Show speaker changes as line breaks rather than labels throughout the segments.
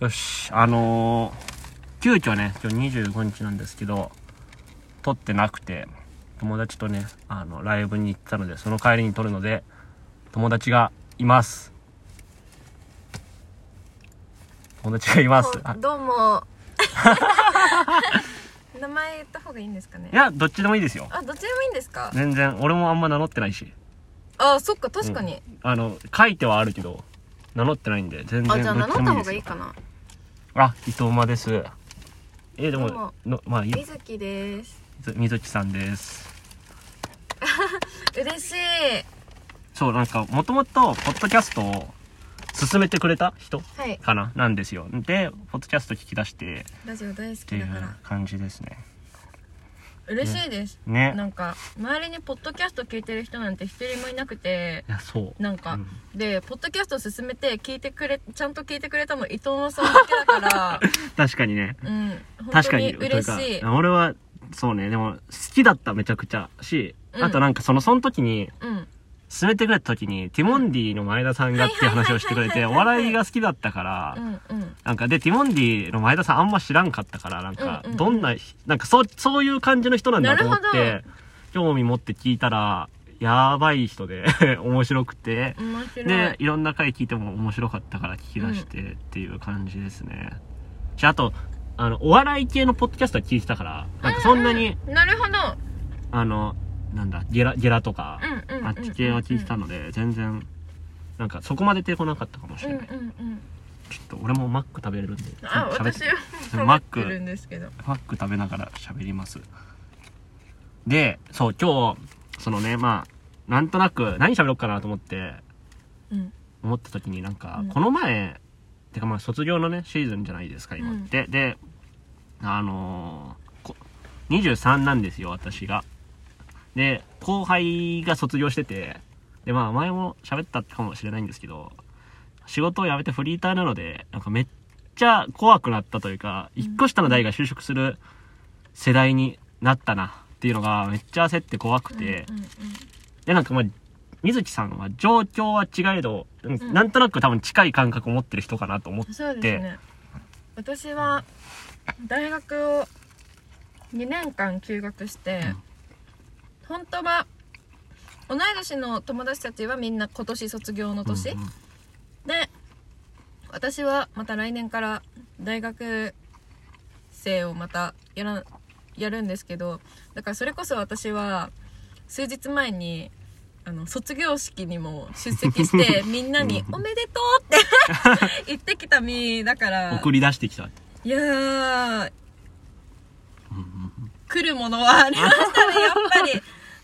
よし、あのー、急遽ね、今日25日なんですけど、撮ってなくて、友達とね、あの、ライブに行ったので、その帰りに撮るので、友達がいます。友達がいます。あ
こうどうも 名前言った方がいいんですかね
いや、どっちでもいいですよ。
あどっちでもいいんですか、
全然、俺もあんま名乗ってないし。
あそっか確かに、
あの、書いてはあるけど、名乗ってないんで、全然どっち
あじ
で
ゃあ
もい
名
いで
乗っ
すよ。
た方がいいかな
あ、伊藤間です。えでも、
どうも
のまあいいよ
み。ずきです
みずきさんです。
嬉しい
そう、なんか、もともと、ポッドキャストを勧めてくれた人
はい
かななんですよ。で、ポッドキャスト聞き出して、
ラジオ大好
って
き
い
だ
う
から
感じですね。
嬉しいです、
ね。
なんか周りにポッドキャスト聞いてる人なんて一人もいなくて
いや、そう。
なんか、
うん
でポッドキャスト進めて聞いてくれちゃんと聞いてくれたの伊藤さんだけだから
確かにね。
うん 本
確
当
かに
に嬉し
と
いう
か俺は、そうね、でも、好きだった、めちゃくちゃ。し、
うん
あとなんか、その、その時に、
うん
勧めてくれた時に、ティモンディの前田さんがっていう話をしてくれて、お笑いが好きだったから、
うんうん
なんかで、ティモンディの前田さんあんま知らんかったから、なんか
うんうんう、ん
どんなひ、なんかそう、そういう感じの人なんだと思っ
なる
て、興味持って聞いたら、やばい人で、 面白くて、
面白い、
で、いろんな回聞いても面白かったから聞き出してっていう感じですね。じゃあ、あと、あの、お笑い系のポッドキャストは聞いてたから、なんかそんなに、
うんなるほど
あの、なんだ、ゲラ、ゲラとか、
うんうんうん
あっち系は聞いてたので、全然、なんかそこまで出てこなかったかもし
うん
れ
うん
ない。
うん
ちょっと俺もマック食べれるんで、
あ
喋って
私は
マッ
困っ
ク
てるんですけど
ファック食べながら喋ります。で、そう、今日、そのね、まあ、なんとなく、何喋ろうかなと思って、
うん
思った時になんか、
うん
この前、てかまあ、卒業のね、シーズンじゃないですか、今って。で、あのーこ23なんですよ、私が。で、後輩が卒業してて、で、まあ、前も喋ったかもしれないんですけど、仕事を辞めてフリーターなので、なんかめっちゃ怖くなったというか、
うん
一個下の代が就職する世代になったなっていうのがめっちゃ焦って怖くて、
うんうん
で、なんかまあ、水木さんは状況は違えど、なん
ん
なんとなく多分近い感覚を持ってる人かなと思っ
う
て、
んそうですね私は大学を2年間休学して、本当は同い年の友達たちはみんな今年卒業の年、
うんうん
で私はまた来年から大学生をまたやらやるんですけどだからそれこそ私は数日前にあの卒業式にも出席し てみんなに
うん
「おめでとう!」って 言ってきた身だから
送り出してきた。うん
いやー
うん
来るものはありました ねやっぱり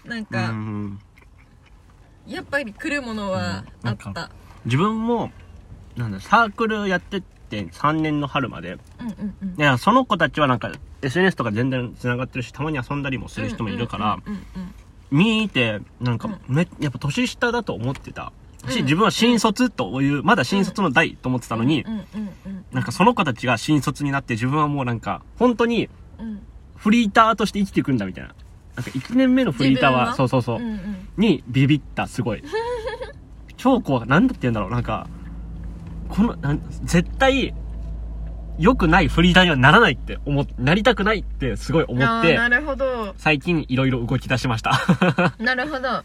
なん
うん
か、
うん
やっぱり来るものはあっ
うんなん
た
自分も、なんだ、サークルやってって3年の春まで、
うんうんう
い
ん
やその子たちはなんか SNS とか全然繋がってるし、たまに遊んだりもする人もいるから、
うんうんうんうん
見て、なんか
うん
め、やっぱ年下だと思ってた。し、
うん
自分は新卒という、まだ新卒の代と思ってたのに
う、んうんうん
なんかその子たちが新卒になって自分はもうなんか、本当に
うん
フリーターとして生きていくんだみたいな。なんか1年目のフリーターは、そう
自分
そうそう、
うんうん
にビビった、す ごい。超怖い。なんだって言うんだろう、なんか、この、なん絶対、良くないフリーターにはならないって思っ、なりたくないってすごい思っ
あー
て、
なるほど
最近いろいろ動き出しました。
なるほど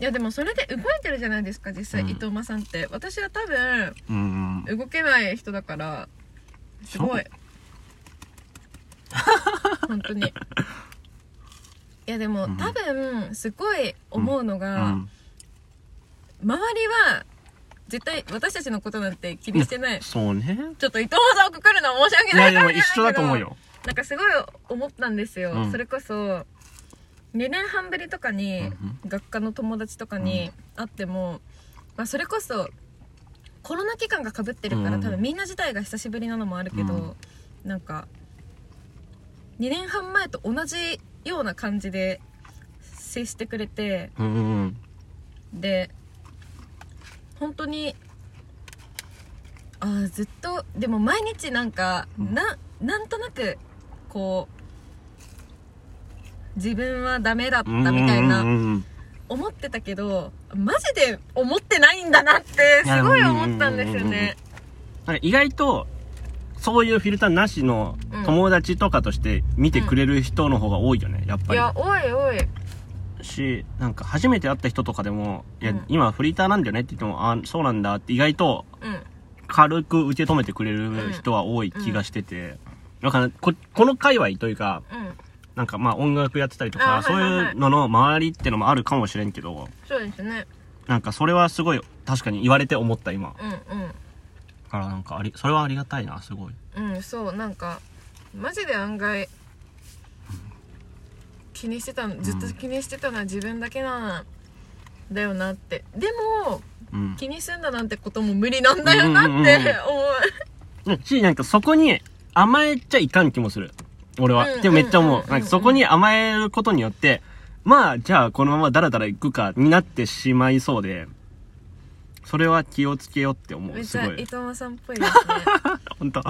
いやでもそれで動いてるじゃないですか実際、
うん
伊藤間さんって私は多分
うん。
動けない人だからすごい本当にいやでも、
うん
多分すごい思うの
う
が、
ん。
周りは絶対私たちのことなんて気にしてない
そうね。
ちょっと伊藤さんをくくるのは申し訳
い
な
や
い
でも
感
一緒だと思 うよ。
なんかすごい思ったんですよ、
うん
それこそ2年半ぶりとか
うんう
に
ん
学科の友達とかに会っても、まあ、それこそコロナ期間がかぶってるか
うん
ら
うん
多分みんな自体が久しぶりなのもあるけど、なんか2年半前と同じような感じで接してくれて
うんうん
で本当にあーずっとでも毎日なんか、
うん
ななんとなくこう自分はダメだった
うん。
みたいな、
うんうんうん
思ってたけどマジで思ってないんだなってすごい思ったんですよね
なんか意外とそういうフィルターなしの
うん
友達とかとして見てくれる人の方が多いよね、やっ
いや
ぱ
おいおい
り。し、なんか初めて会った人とかでも、いや
うん、
今フリーターなんだよねって言っても、あ、そうなんだって意外と
うん
軽く受け止めてくれる人は多い気がしてて、だからこ、この界隈というか、
うん
なんかまあ音楽やってたりと
あ
か、
はい
そう
はいはい
いうのの周りってのもあるかもしれんけど、
そうですね
なんかそれはすごい確かに言われて思った今
うんうん
だからなんかありそれはありがたいなすごい
うんそうなんかマジで案外気にしてたのずっと気にしてたのは自分だけなんだよなってでも
うん
気にすんだなんてことも無理なんだよなって
うんうん
思う
うんうんしなんかそこに甘えちゃいかん気もする俺は、
うん
でもめっちゃ思う,、
うんうん
なんかそこに甘えることによってまあじゃあこのままダラダラ行くかになってしまいそうでそれは気をつけようって思
め
う
っ
す
ち
ご
ゃ
い
伊藤さんっぽい ですね、
本当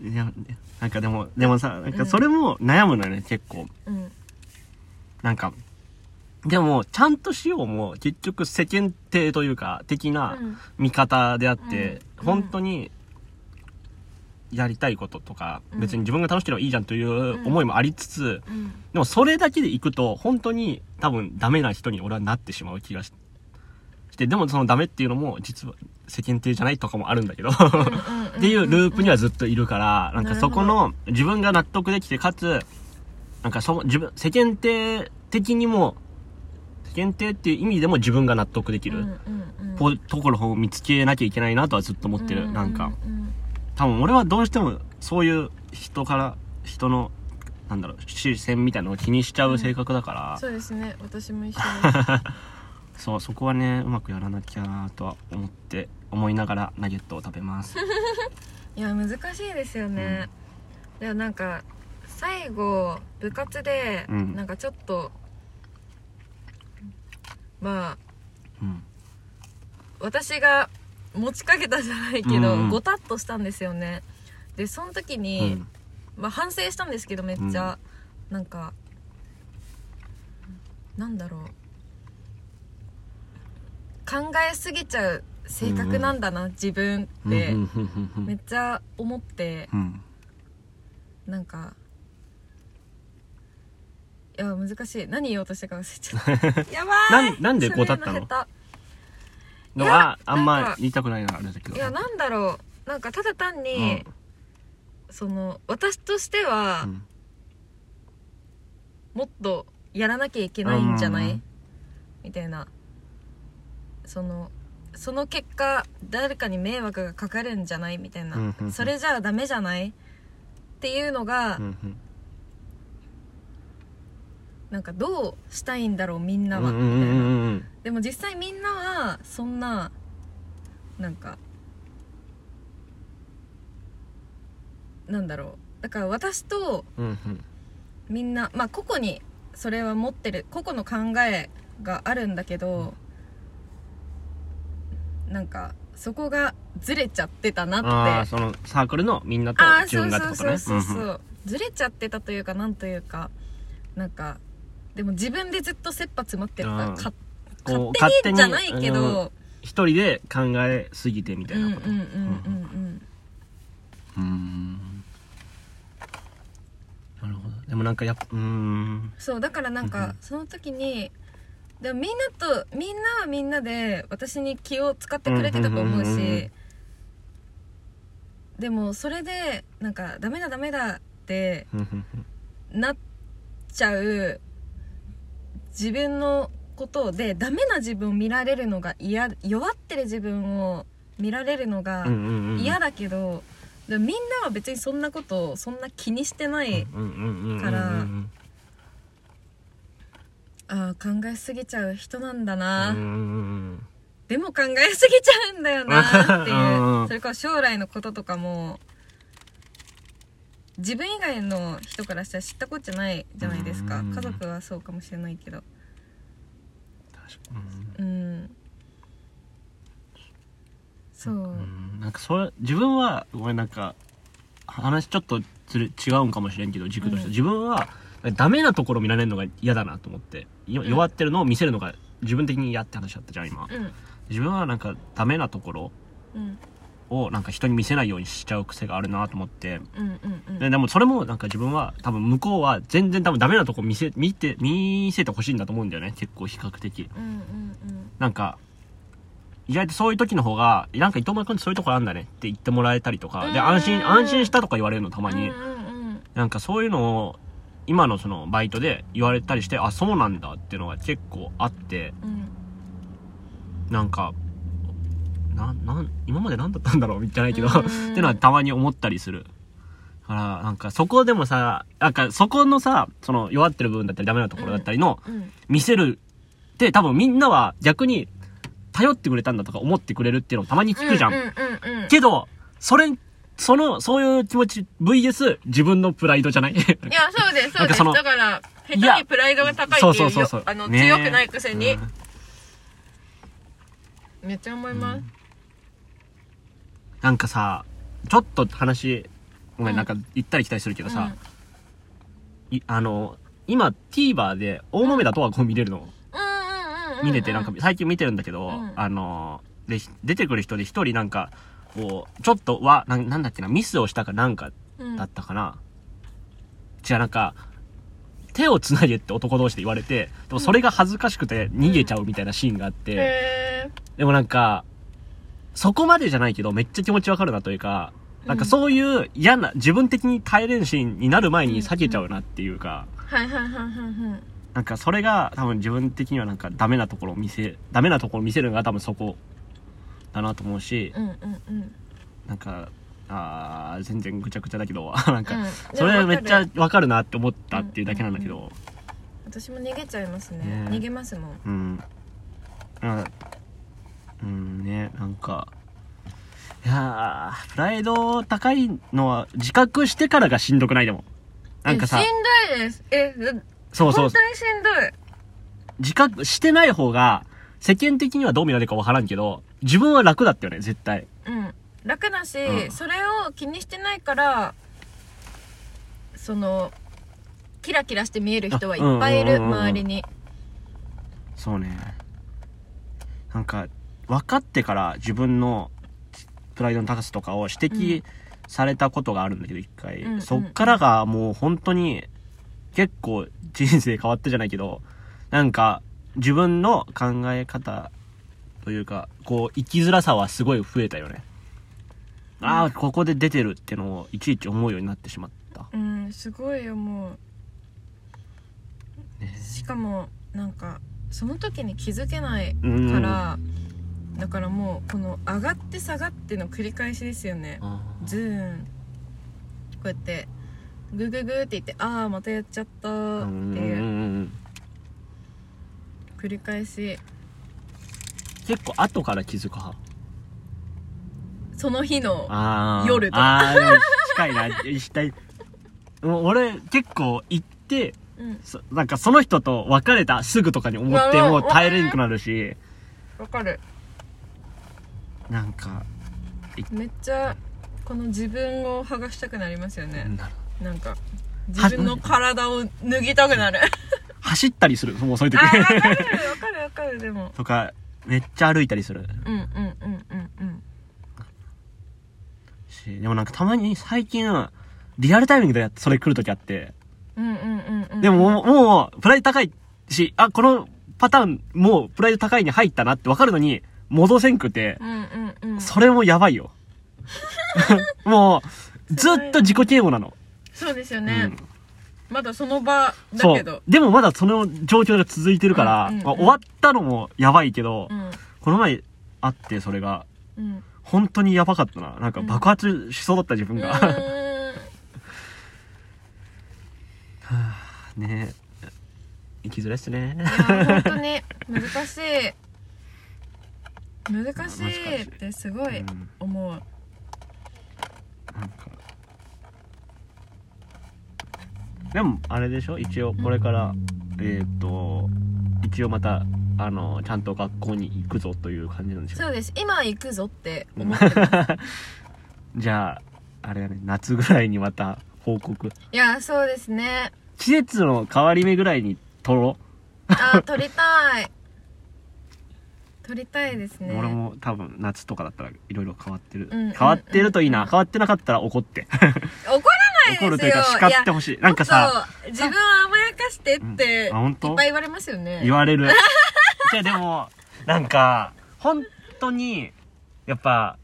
うん
いやなんかでもでもさなんかそれも悩むのよね結構
うん、
なんか、でも、ちゃんとしようも、結局世間体というか、的な
うん
見方であって、
うん
本当に、やりたいこととか、
うん
別に自分が楽しければいいじゃんという思いもありつつ、
うん、
でもそれだけで行くと、本当に多分ダメな人に俺はなってしまう気がしして、でもそのダメっていうのも、実は世間体じゃないとかもあるんだけど、っていうループにはずっといるから、なんかそこの自分が納得できて、かつ、なんかその自分、世間体的にも、世間体っていう意味でも自分が納得でき
い
る、ポところを見つけなきゃいけないなとはずっと思ってる。なんか、多分俺はどうしてもそういう人から、人の、なんだろう、視線みたいなのを気にしちゃう性格だから、
そうですね私も一緒
そう、そこはね、うまくやらなきゃなとは思って、思いながらナゲットを食べます。
いや難しいですよね、いやなんか最後部活で
うん
なんかちょっと、まあ
うん。
私が持ちかけたじゃないけ
うんう
ど
ん
ごたっとしたんですよねでその時
う
に、
ん。
まあ、反省したんですけどめっちゃ、なんかなんだろう考えすぎちゃう性格なんだな、自分
う
っ
ん
て、
うんうんうん
めっちゃ思って
う、ん。
なんかいや難しい何言おうとしたか忘れち ゃったやばい
なんなんでこうだったの
喋る下
のは
や
あん
なん
ま
か
言いたくないなあれだけど
手いやなんだろうなんかただ単に、その私としては、
うん
もっとやらなきゃいけないんじゃな
うんうんう
い
ん
みたいなそのその結果誰かに迷惑がかかるんじゃないみたいな、
うんうんうん
それじゃあダメじゃないっていうのが、
うんうん
なんかどうしたいんだろうみん
う
な
んう
は、
ん
みたいな
うんうん
でも実際みんなはそんななんかなんだろうだから私と
うんうん
みんなまあ個々にそれは持ってる個々の考えがあるんだけどなんかそこがずれちゃってた
あ
な
あ
って
そのサークルのみんなと
ああ
自
そ
分
う
がっ
そ
て
う
こと
そう
ね
そうそううん
うん
ずれちゃってたというかなんというかなんかでも自分でずっと切羽詰まってるか
あ
ら
ー
か
こう
勝手にじゃないけ
勝手にう
ど
一人で考えすぎてみた
う
い
んうん
なん
う
こと
うん
うんうんなるほどでもなんかやっぱうーん
そうだからなん
うんう
か
ん
その時にでもみんなとみんなはみんなで私に気を使ってくれてたと思う
うんうんうんうんう
しでもそれでなんかダメだダメだって
うんうん
なっちゃう自分のことでダメな自分を見られるのが嫌弱ってる自分を見られるのが
うんうんうんうん
嫌だけどでもみんなは別にそんなことをそんな気にしてない、
うんうんうんうんうんうん
からああ考えすぎちゃう人なんだな、
うんうんうん
でも考えすぎちゃうんだよなってい
うんう
うんそれから将来のこととかも自分以外の人からしたら知ったこっちゃないじゃないですか
うん
家族はそうかもしれないけど
確かうん
うんそう、
うんなんかそれ自分はごめんなんか話ちょっとつる違うんかもしれんけど軸として、
うん
自分はダメなところ見られるのが嫌だなと思ってよ
うん
弱ってるのを見せるのが自分的に嫌って話だったじゃん今
うん
自分はなんかダメなところ
うん
をなんか人に見せないようにしちゃう癖があるなと思って
うんうんうん
ででもそれもなんか自分は多分向こうは全然多分ダメなとこ見せ見て見せてほしいんだと思うんだよね結構比較的
うんうんうん
なんか意外とそういう時の方が「なんか伊藤真君ってそういうとこあんだね」って言ってもらえたりとかで
うん
安心安心したとか言われるのたまに、
うんうんうん
なんかそういうのを今のそのバイトで言われたりしてあそうなんだっていうのが結構あって
うん
なんかななん今まで何だったんだろうみたいないけど っ
うん
ていうのはたまに思ったりするだからなんかそこでもさなんかそこのさその弱ってる部分だったりダメなところだったりの
うん
見せるって多分みんなは逆に頼ってくれたんだとか思ってくれるっていうのをたまに聞くじゃん
うんうんうんうん
けどそれそのそういう気持ち VS 自分のプライドじゃない
いやそうですそ
な
うんで
か
す
その
だから
い
下手
や
にプライドが高い
そう
って
そ
いうう
そう
よ
そう
あの
ね
強くないくせ に
うん
めっちゃ思います
なんかさちょっと話ごめん、
うん
なんか行ったり来たりするけど
う
さ
ん、
いあの今 TVer で大豆だとはこう見れるの、
うんうんうんうん
見れてなんか最近見てるんだけど、
うん
あので出てくる人で一人なんかこうちょっとはなんなんだっけなミスをしたかなんか
うん
だったかな、違うなんか手をつなげって男同士で言われてでもそれが恥ずかしくて逃げちゃうみたいなシーンがあって、
へー
でもなんか、そこまでじゃないけど、めっちゃ気持ちわかるなというか、なんかそういう嫌な、自分的に耐えれんシーンになる前に避けちゃうなっていうか、
はいはいはいはいはい
なんかそれが多分自分的にはなんかダメなところを見せ、ダメなところを見せるのが多分そこだなと思うし、
うんうんうん
なんか、あー全然ぐちゃぐちゃだけど、 なんか、
うん
それめっちゃ
でもわかる
わかるなって思ったっていうだけなんだけど、
私も逃げちゃいますね
ね
逃げますもん
うん。うん。うんね、なんか。いやープライド高いのは自覚してからがしんどくないでも。なんかさ
え、しんどいですえだ
そうそう
本、当にしんどい
自覚してない方が、世間的にはどう見られるかわからんけど、自分は楽だったよね、絶対。
うん、楽だし、
うん
それを気にしてないからそのキラキラして見える人はいっぱいい
あう
る
んうんうんうん
周りに
そうね。なんか、分かってから自分のプライドの高さとかを指摘されたことがあるんだけど、一回、
うんうん
そっからがもう本当に、結構人生変わったじゃないけど、なんか、自分の考え方というか、こう、生きづらさはすごい増えたよね。ああ、ここで出てるってのをいちいち思うようになってしまった。
うんすごいよも
ね
うしかもなんかその時に気づけないか
うん。
ら、だからもうこの上がって下がっての繰り返しですよね
あ
ズーンこうやってグググって言ってああまたやっちゃった
ー
っ
う
て
んうんうん
い
う
う
ん。
繰り返し
結構後から気づく派。
その日の
あー
夜と
あーでも近いな近いもう俺結構行って
うん
そなんかその人と別れたすぐとかに思って
うわう
も
わ
う耐えれんくなるし
わかる
なんか
めっちゃこの自分を剥がしたくなりますよ
な
ね
んだろう
なんか自分の体を脱ぎたくなる
走ったりするもうそういう
あ
時
ーわかるわかるわかるでも
とかめっちゃ歩いたりする
うんうんうんうんうん
しでもなんかたまに最近リアルタイミングでそれ来る時あって
うんうんうんうん
でももうもうプライド高いしあこのパターンもうプライド高いに入ったなって分かるのに戻せんくて、
うんうんうん
それもやばい よ。もう、ずっと自己嫌悪なの。
そうですよ
う
ね
ん、
まだその場だ
そ
けど
う。でもまだその状況が続いてるから、
うんうんうん
まあ終わったのもやばいけど、
うん
この前あってそれが、
うん
本当にやばかったな。なんか爆発しそうだった自
う
分が。
ーん
ねえ。生きづらいっすね。
いや本当に難しい難しいってすご
う
い
ん
思う
なんかでもあれでしょ一応これから、えーっ、と一応またあのちゃんと学校に行くぞという感じなんでしょ
そうです今行くぞって
う
思
ん
ってます
じゃああれだね夏ぐらいにまた報告
いやそうですね
季節の変わり目ぐらいに撮ろ
あー撮りたい撮りたいですね
俺も多分夏とかだったらいろいろ変わってる、
うん
変わってるといいな、
うん
変わってなかったら怒 って
怒らないですよ
怒るというか叱ってほしいなんかさ
もっと自分を甘やかしてって、
うんあ本当
いっぱい言われますよね
言わ れるじゃあでもなんか本当にやっぱ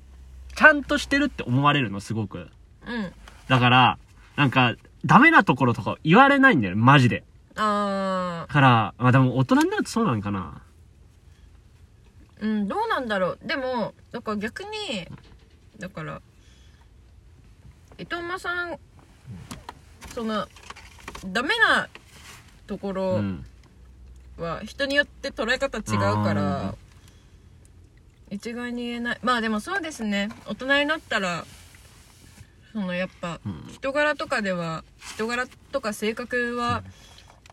ちゃんとしてるって思われるのすごく
うん
だからなんかダメなところとか言われないんだよねマジで
あ
だからまあでも大人になるとそうなんかな
ーうんどうなんだろうでもだから逆にだから伊藤間さんそのダメなとこ
う
ろ
ん
は人によって捉え方違うか
あ
ら一概に言えないまあでもそうですね大人になったらそのやっぱ
うん
人柄とかでは人柄とか性格は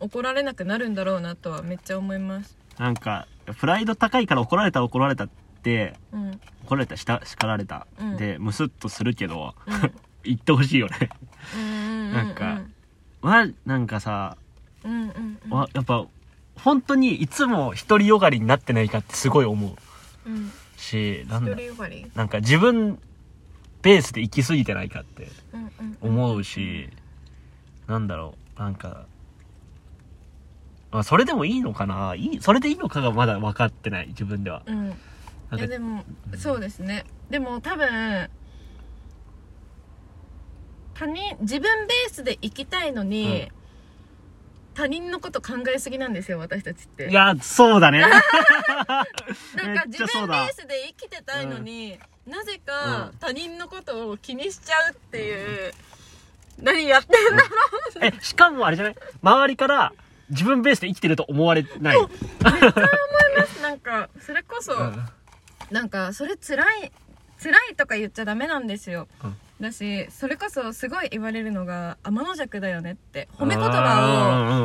怒られなくなるんだろうなとはめっちゃ思います
なんかプライド高いから怒られた怒られたって
うんうん
怒られたした叱られた、
うん
でムスッとするけど
うん
言ってほしいよね
うん
なんかわなんかさ
うんうんうん
わやっぱ本当にいつも独りよがりになってないかってすごい思う
うん
しなんだ
独りよがり
なんか自分ベースで行き過ぎてないかって
うんうん
思うしなんだろうなんか、まあ、それでもいいのかないいそれでいいのかがまだ分かってない自分では
う
ないん
んや
か
でもそうですねでも多分他人自分ベースで生きたいのに、
うん
他人のこと考えすぎなんですよ私たちって
いやそうだね
なんか
めっ
自
ちゃそ
分
う
ベ
だ
ースで生きてたいのに、なぜか他人のことを気にしちゃうっていう、何やってんだろ
えしかもあれじゃない周りから自分ベースで生きてると思われない、うん
うなんかそれこそ、なんかそれ辛い辛いとか言っちゃダメなんですよ、
うん
だしそれこそすごい言われるのが天の弱だよねって褒め言葉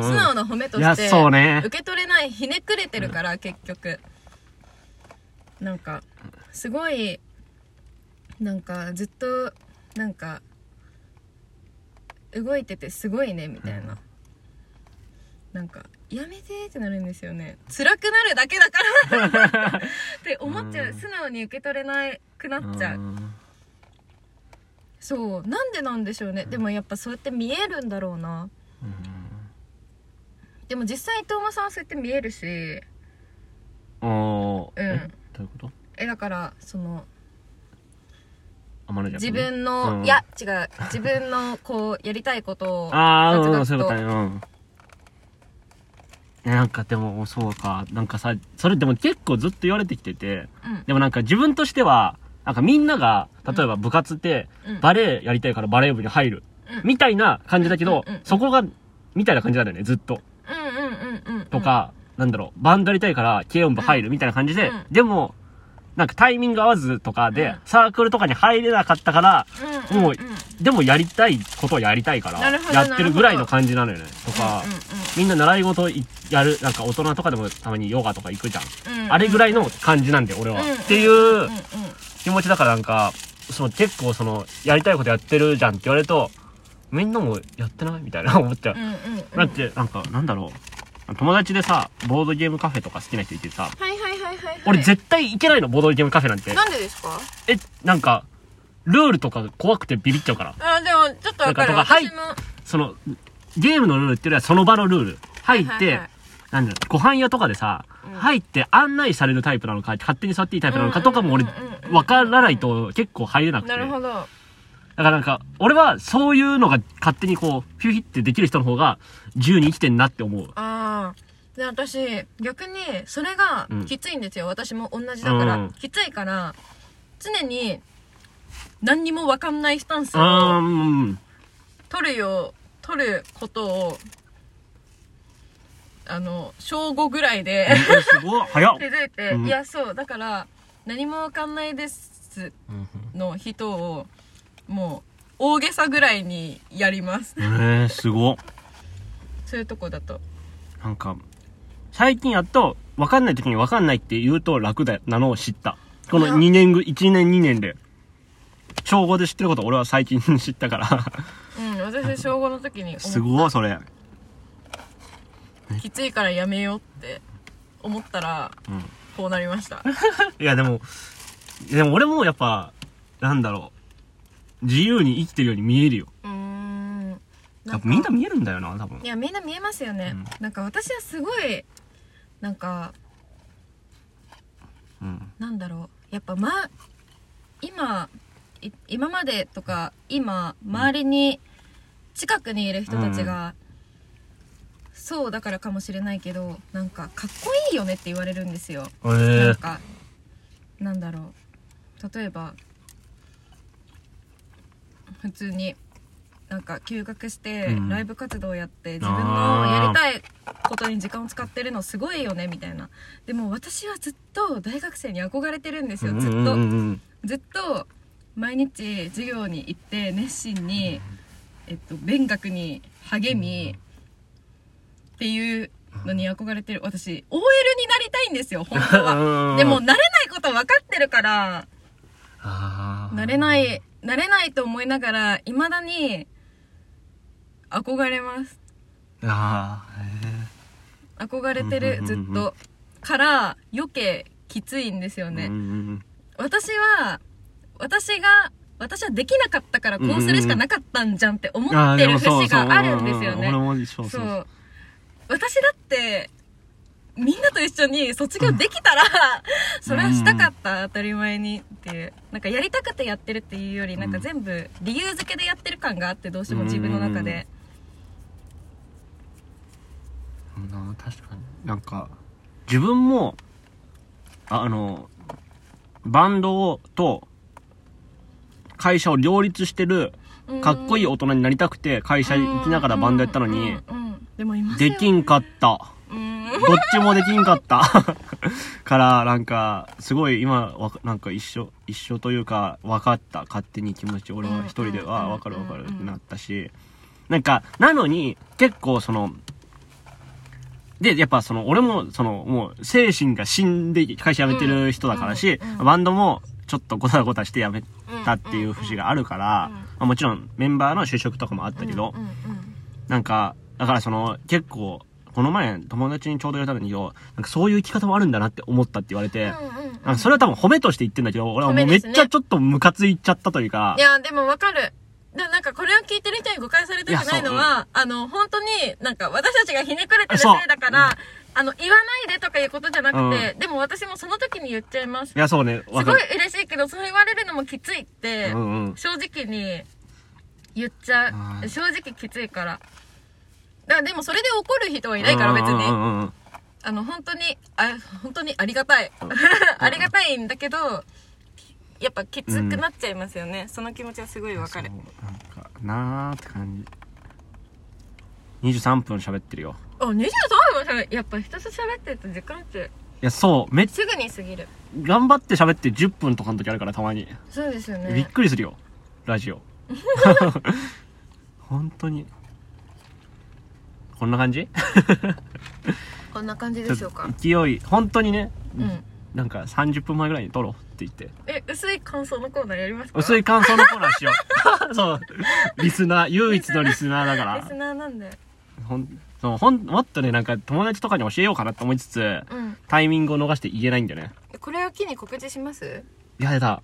あーうんうんう
を
ん
素直な褒めと
いや
して
そう ね
受け取れないひねくれてるから結局なんかすごいなんかずっとなんか動いててすごいねみたいな、
うん
なんかやめてってなるんですよね辛くなるだけだからって思っちゃう、
うん
素直に受け取れなくなっちゃ
う
う、
ん
そうなんでなんでしょうねでもやっぱそうやって見えるんだろうなでも実際伊藤間さんはそうやって見えるし
うんおー
うん
えどういうこと
えだからその
あマネージ
自
ャーかね
分の、
うん
いや違う自分のこうやりたいことを
ああうんう
ガ
ん
ツ
そう
ガ
いう
ツ
こととねうんえなんかでもそうかなんかさそれでも結構ずっと言われてきててでもなんか自分としてはなんかみんなが例えば部活で
うんうん
バレエやりたいからバレー部に入る
うん
みたいな感じだけど
うんうんうん
そこがみたいな感じなんだよねずっと
うんうんうんうんうん
とか、なんだろう、バンドやりたいから軽音部入るみたいな感じで、
うん
でも、なんかタイミング合わずとかで、
うん
サークルとかに入れなかったから、
うんうんうん
もうでもやりたいことはやりたいから
なるほ、ど
やってるぐらいの感じなのよね。とか、
う
みんな習い事いやる、なんか大人とかでもたまにヨガとか行くじゃん。
んうんうん
あれぐらいの感じなんだよ、俺は。
うん
っていう気持ちだからなんか、その結構その、やりたいことやってるじゃんって言われると、みんなもやってないみたいな思っちゃう
うん。うんうんうん
だって、なんか、なんだろう。友達でさ、ボードゲームカフェとか好きな人いてさ、
はいはいはいはいはい
俺絶対行けないの、ボードゲームカフェなんて。
なんでですか
え、なんか、ルールとか怖くてビビっちゃうから。
あでもちょっとわかる
なんかとか
私も、
その、ゲームのルールっていうよりはその場のルール。入って、
はいはいはい
なんだろう、ご飯屋とかでさ、
うん
入って案内されるタイプなのか、勝手に座っていいタイプなのかとかも俺
うんうんうんうんう、ん
わからないと結構入れなくて。
なるほど
だからなんか、俺はそういうのが勝手にこう、ピューヒってできる人の方が、自由に生きてんなって思う。
ああで私逆にそれが
うん
きついんですよ、私も同じだから、
うん
きついから常に何にも分かんないスタンス
うー
を
ん。
取るよ取ることをあの小5ぐらいで
え、すごい。早っ。
気づいて、
うん
いやそうだから何も分かんないですの人をもう大げさぐらいにやります
えー、すごっ
そういうとこだと
なんか最近やっと分かんない時に分かんないって言うと楽だなのを知ったこの
いや
2年ぐ1年2年で小5で知ってること俺は最近知ったから
うん私小5の時に思った
すごいそれ
きついからやめようって思ったら
うん
こうなりました
いや、でも、でも俺もやっぱ、なんだろう。自由に生きてるように見えるよ。
うーん
や
な
っぱ
んか
みんな見えるんだよな、多分
い。やみんな見えますよね、
うん
なんか私はすごいなんか
うん。
なんだろうやっぱま今い今までとか今周りに近くにいる人たちが、そうだからかもしれないけどなんかかっこいいよねって言われるんですよ、
え
なん
ー、
かなんだろう例えば普通になんか休学して
うん
ライブ活動やって自分のやりたいことに時間を使ってるのすごいよねみたいなでも私はずっと大学生に憧れてるんですよずっ
うんうんう
と
んうん
ずっと毎日授業に行って熱心に、えっと、勉学に励みっていうのに憧れてる私 OL になりたいんですよ本 当は。
うん。
でも、慣れないこと分かってるから、
あー
慣れな。い、慣れないと思いながら、未だに、憧れます。
ああ、えー
憧れて
う
る、
んうん
ず
うんうん
っと。から、余計きついんですよ
う
ね。
んうん
私は、私が、私はできなかったからこうするしかなかったんじゃんって思
うんあー
って
で
る
もそう
節
そう
があるんですよ
う
ね
ん。うんうん俺もそうそ
そ
そ
う
う
う。私だって、みんなと一緒に卒業できたら、それはしたかった、当たり前にっていう。なんかやりたくてやってるっていうより、なんか全部理由付けでやってる感があって、どうしても自分の中で。
な確かになんか自分もああのバンドをと会社を両立してるかっこいい
お
大人になりたくて会社行きながらバンドやったのに。
うんうんうんでもいますよ
できんかった
うん
どっちもできんかった からなんかすごい今わかなんか一緒一緒というか分かった勝手に気持ち俺は一人で
うん
は
うん
分かる分かるっ
うん
てなったしなんかなのに結構そのでやっぱその俺もそのもう精神が死んで会社辞めてる人だからし、
うんうんうん
バンドもちょっとごたごたして辞めたっていう節があるから、
うんうんうん
まあ、もちろんメンバーの就職とかもあったけど、
うんうん
なんか、だからその、結構、この前友達にちょうど言われたんだけど、なんかそういう生き方もあるんだなって思ったって言われて、
うんうんう
な
ん
んかそれは多分褒めとして言ってんだけど、俺はもう
褒
め
め
っ
ですね
ちゃちょっとムカついちゃったというか
い、や、でもわかる。でもなんかこれを聞いてる人に誤解されたくないの
いや
は、あの、本当になんか私たちがひねくれてるせ
そう
いだから、あの、言わないでとかいうことじゃなくて、でも私もその時に言っちゃいます。す
いや、そうね、
ご
わ
い
かる。
嬉しいけど、そう言われるのもきついって
う、んうん。
正直に言っちゃ
う
う。
ん
正直きついから。だからでもそれで怒る人はいないから別
うん
に。
うんうんうん
あの、本当に、あ、本当にありがたい。ありがたいんだけど、やっぱきつくなっちゃいますよね。その気持ちはすごいわかる。
そうなんか、なーって感じ。23分喋ってるよ。
あ、23分喋やっぱ人と喋ってると時間って
いや、そう、めっち
すぐに過ぎる。
ゃ、頑張って喋って10分とかの時あるから、たまに。
そうですよ
びっ
ね。
くりするよラジ オ本当にこんな感じ
こんな感じでしょうか。
勢い本当にね、
うん。
なんか30分前ぐらいに撮ろうって言って
え、薄い感想のコーナーやりますか
薄
リ
い感想のコーナーしよ うそうリスナー唯一のリスナーだか
ス
ら
ナーなんで。
ほんそうほんもっとねなんか友達とかに教えようかなって思いつつ
うん。
タイミングを逃して言えないんだよね
これを機に告知します
いやだ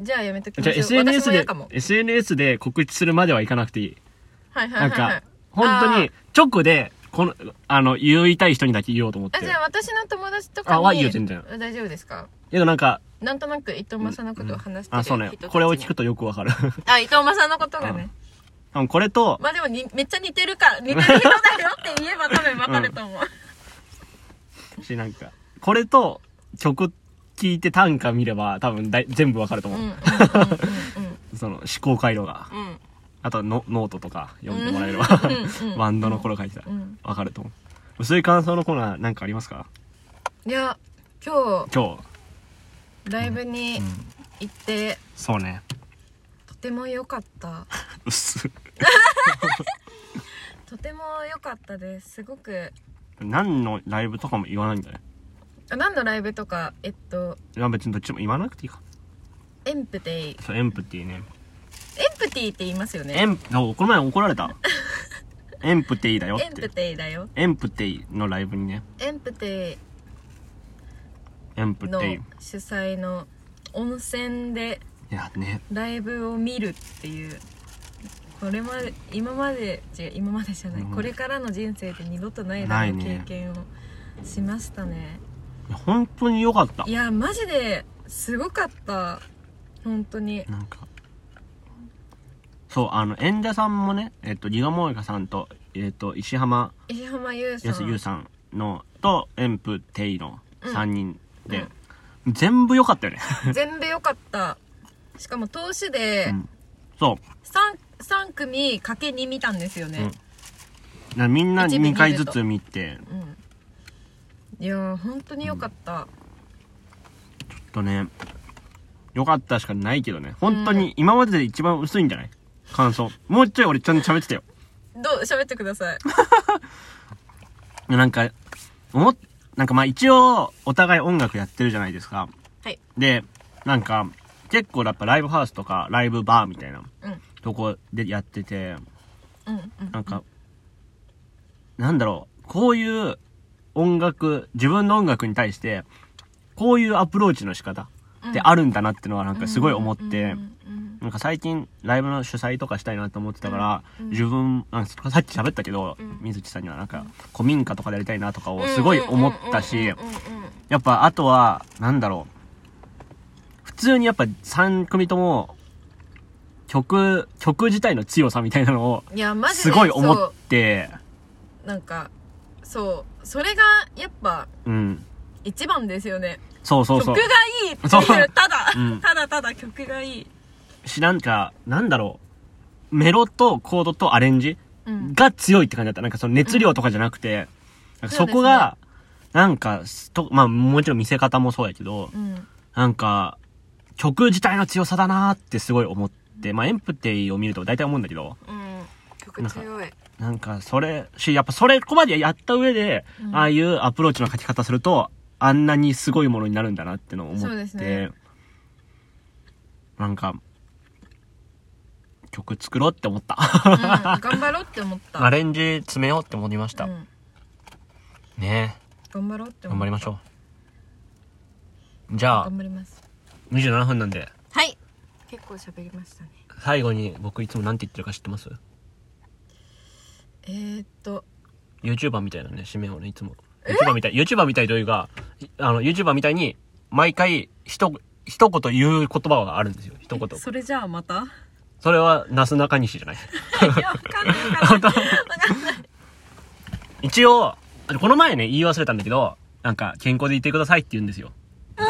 じゃあやめときまし
じ
ょ
ゃ
う。
あ SNS
私も嫌
で
かも。
SNS で告知するまではいかなくていい
はいは
ないん
はい、はい
か。本当に
あ
直でこのあの言いたい人にだけ言おうと思って
あ、じゃあ私の友達とかに。
あはいいよ全然
大丈夫ですか
けどなんか、
なんとなく伊藤正のことを話してる
あ、そうね
人たち。に
これを聞くとよくわかる。
あ、伊藤正のことがね。
多分これと、
まあでもに、めっちゃ似てるから、似てる人だよって言えば多分わかると思う。
し、なんか、これと曲聞いて短歌見れば多分だい全部わかると
うん。うん。うん
思う。
うん。
その思考回路が。
うん。
あとのノートとか読んでもらえれ
うんうんう
ば、
ん
バンドの頃書いてたら
うん
わかると思う。そういう感想のコーナーなんかありますか
いや今
今日。
日ライブに
うん
行って、
そうね。
とても良かった
うっす。
とても良かったですすごく
何のライブとかも言わないんだね。
あ何のライブとかえっと
いや別にどっちも言わなくていいか。
エンプテイエン
そう、エンプティね。
プティって言いますよね
エン、そうこの前怒られ た。エンプティだよ
エン
っ
プ
て。
テイだよ
エンプティのライブにね。
エンプテイ
エンプって
の
いう
主催の温泉で
いやね
ライブを見るっていうこれまで今まで違う今までじゃない、
うん
これからの人生で二度とない
な
だ
い
ろう
ね
経験をしましたね
本当に良かった
いやマジですごかった本当に
なんかそうあの演者さんもねえっとギガモエカさんとえっと石浜
石浜優さ
康
ん
優さんのとエンプテイの3人で、全部良かったよね、
全部良かったしかも投資で
うんそう
3, 三組かけ2見たんですよね、
なみんな
一部
2回
二部
ず
と
つ見て
うんいやー本当に良かった、
ちょっとね良かったしかないけどね本当に今までで一番薄いんじゃない感想もうちょい俺ちゃんと喋ってたよ
どう喋ってください
なんか思っなんかまあ一応お互い音楽やってるじゃないですか
はい
でなんか結構やっぱライブハウスとかライブバーみたいな
うん
とこでやってて
うんうん
なんか、なんだろう、こういう音楽、自分の音楽に対して、こういうアプローチの仕方ってあるんだなってのはなんかすごい思って
うんう、んうん
なんか最近ライブの主催とかしたいなと思ってたから、
うんうん
自分、なんかさっき喋ったけど
うん、
水木さんにはなんか古民家とかでやりたいなとか
うん
をすごい思ったし、
うんうんうんうん
やっぱあとは、なんだろう。普通にやっぱ3組とも、曲、曲自体の強さみたいなのを、
うんいやマジです
ごい思
そ
って、
うなんかそうそれがやっぱ
うん。
一番ですよね
そうそうそう
曲。がいいって
そう
いうただ、
うん
ただただ曲がいい、
し、なんか、なんだろう。メロとコードとアレンジ
うん、
が強いって感じだった。なんかその熱量とかじゃなくて、なんかそこが、なんか、とまあもちろん見せ方もそうやけど、
うん
なんか、曲自体の強さだなーってすごい思って、まあエンプテイを見ると大体思うんだけど、
うん曲強い
なんか、それ、し、やっぱそれ、ここまでやった上で、
うん
ああいうアプローチの書き方すると、あんなにすごいものになるんだなってのを思って、
そうですね
なんか、曲作ろうって思った。
うん、頑張ろうって思っ た
アレンジ詰めようって思いました。
うん、
ね
頑張ろうっ
え、
て思
頑
った
張りましょう。じゃあ
頑、張ります
27分なんで、
はい結構喋りましたね
最後に僕いつもなんて言ってるか知ってます
えー、っと
YouTuber みたいなね、締めをね、いつも。YouTuber みたい、YouTuber みたいというか、いあの、YouTuber みたいに、毎回、ひと、一言言う言葉があるんですよ。一言。
それじゃあまた
それは、なすなかにしじゃない。
いやわかんないわかんないわかんない
一応、あのこの前ね、言い忘れたんだけど、なんか、健康でいてくださいって言うんですよ。私。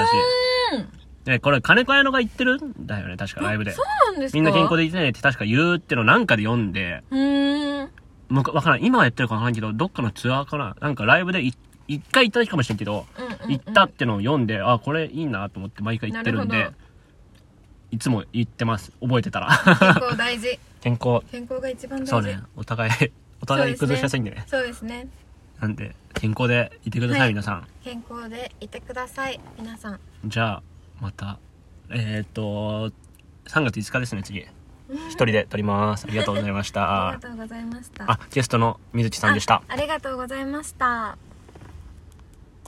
で、これ、金子綾乃が言ってるんだよね、確かライブで
そ。うなんですか
みんな健康
で
でいてねって確か言うってのなんかで読んで、
うーん
もうわからん、今はやってるかわからんけど、どっかのツアーかななんかライブでい一回行った時かもしれんけど、行ったってのを読んで、あ、これいいなと思って毎回行ってるん
なる
で
ほど、
いつも言ってます。覚えてたら。
健康大事
健康、
健康が一番大事
そうね、お互い、 お互い崩しやすいんでね。
そうですね
なんで、健康でいてください、
はい
皆さん。
健康でいてください皆さん
じゃあ、また、えー、っと、3月5日ですね、次。一人で撮り ます。ありがとうございました
あり。がとうございました
あ、ゲストの水木さんでした
あ。ありがとうございました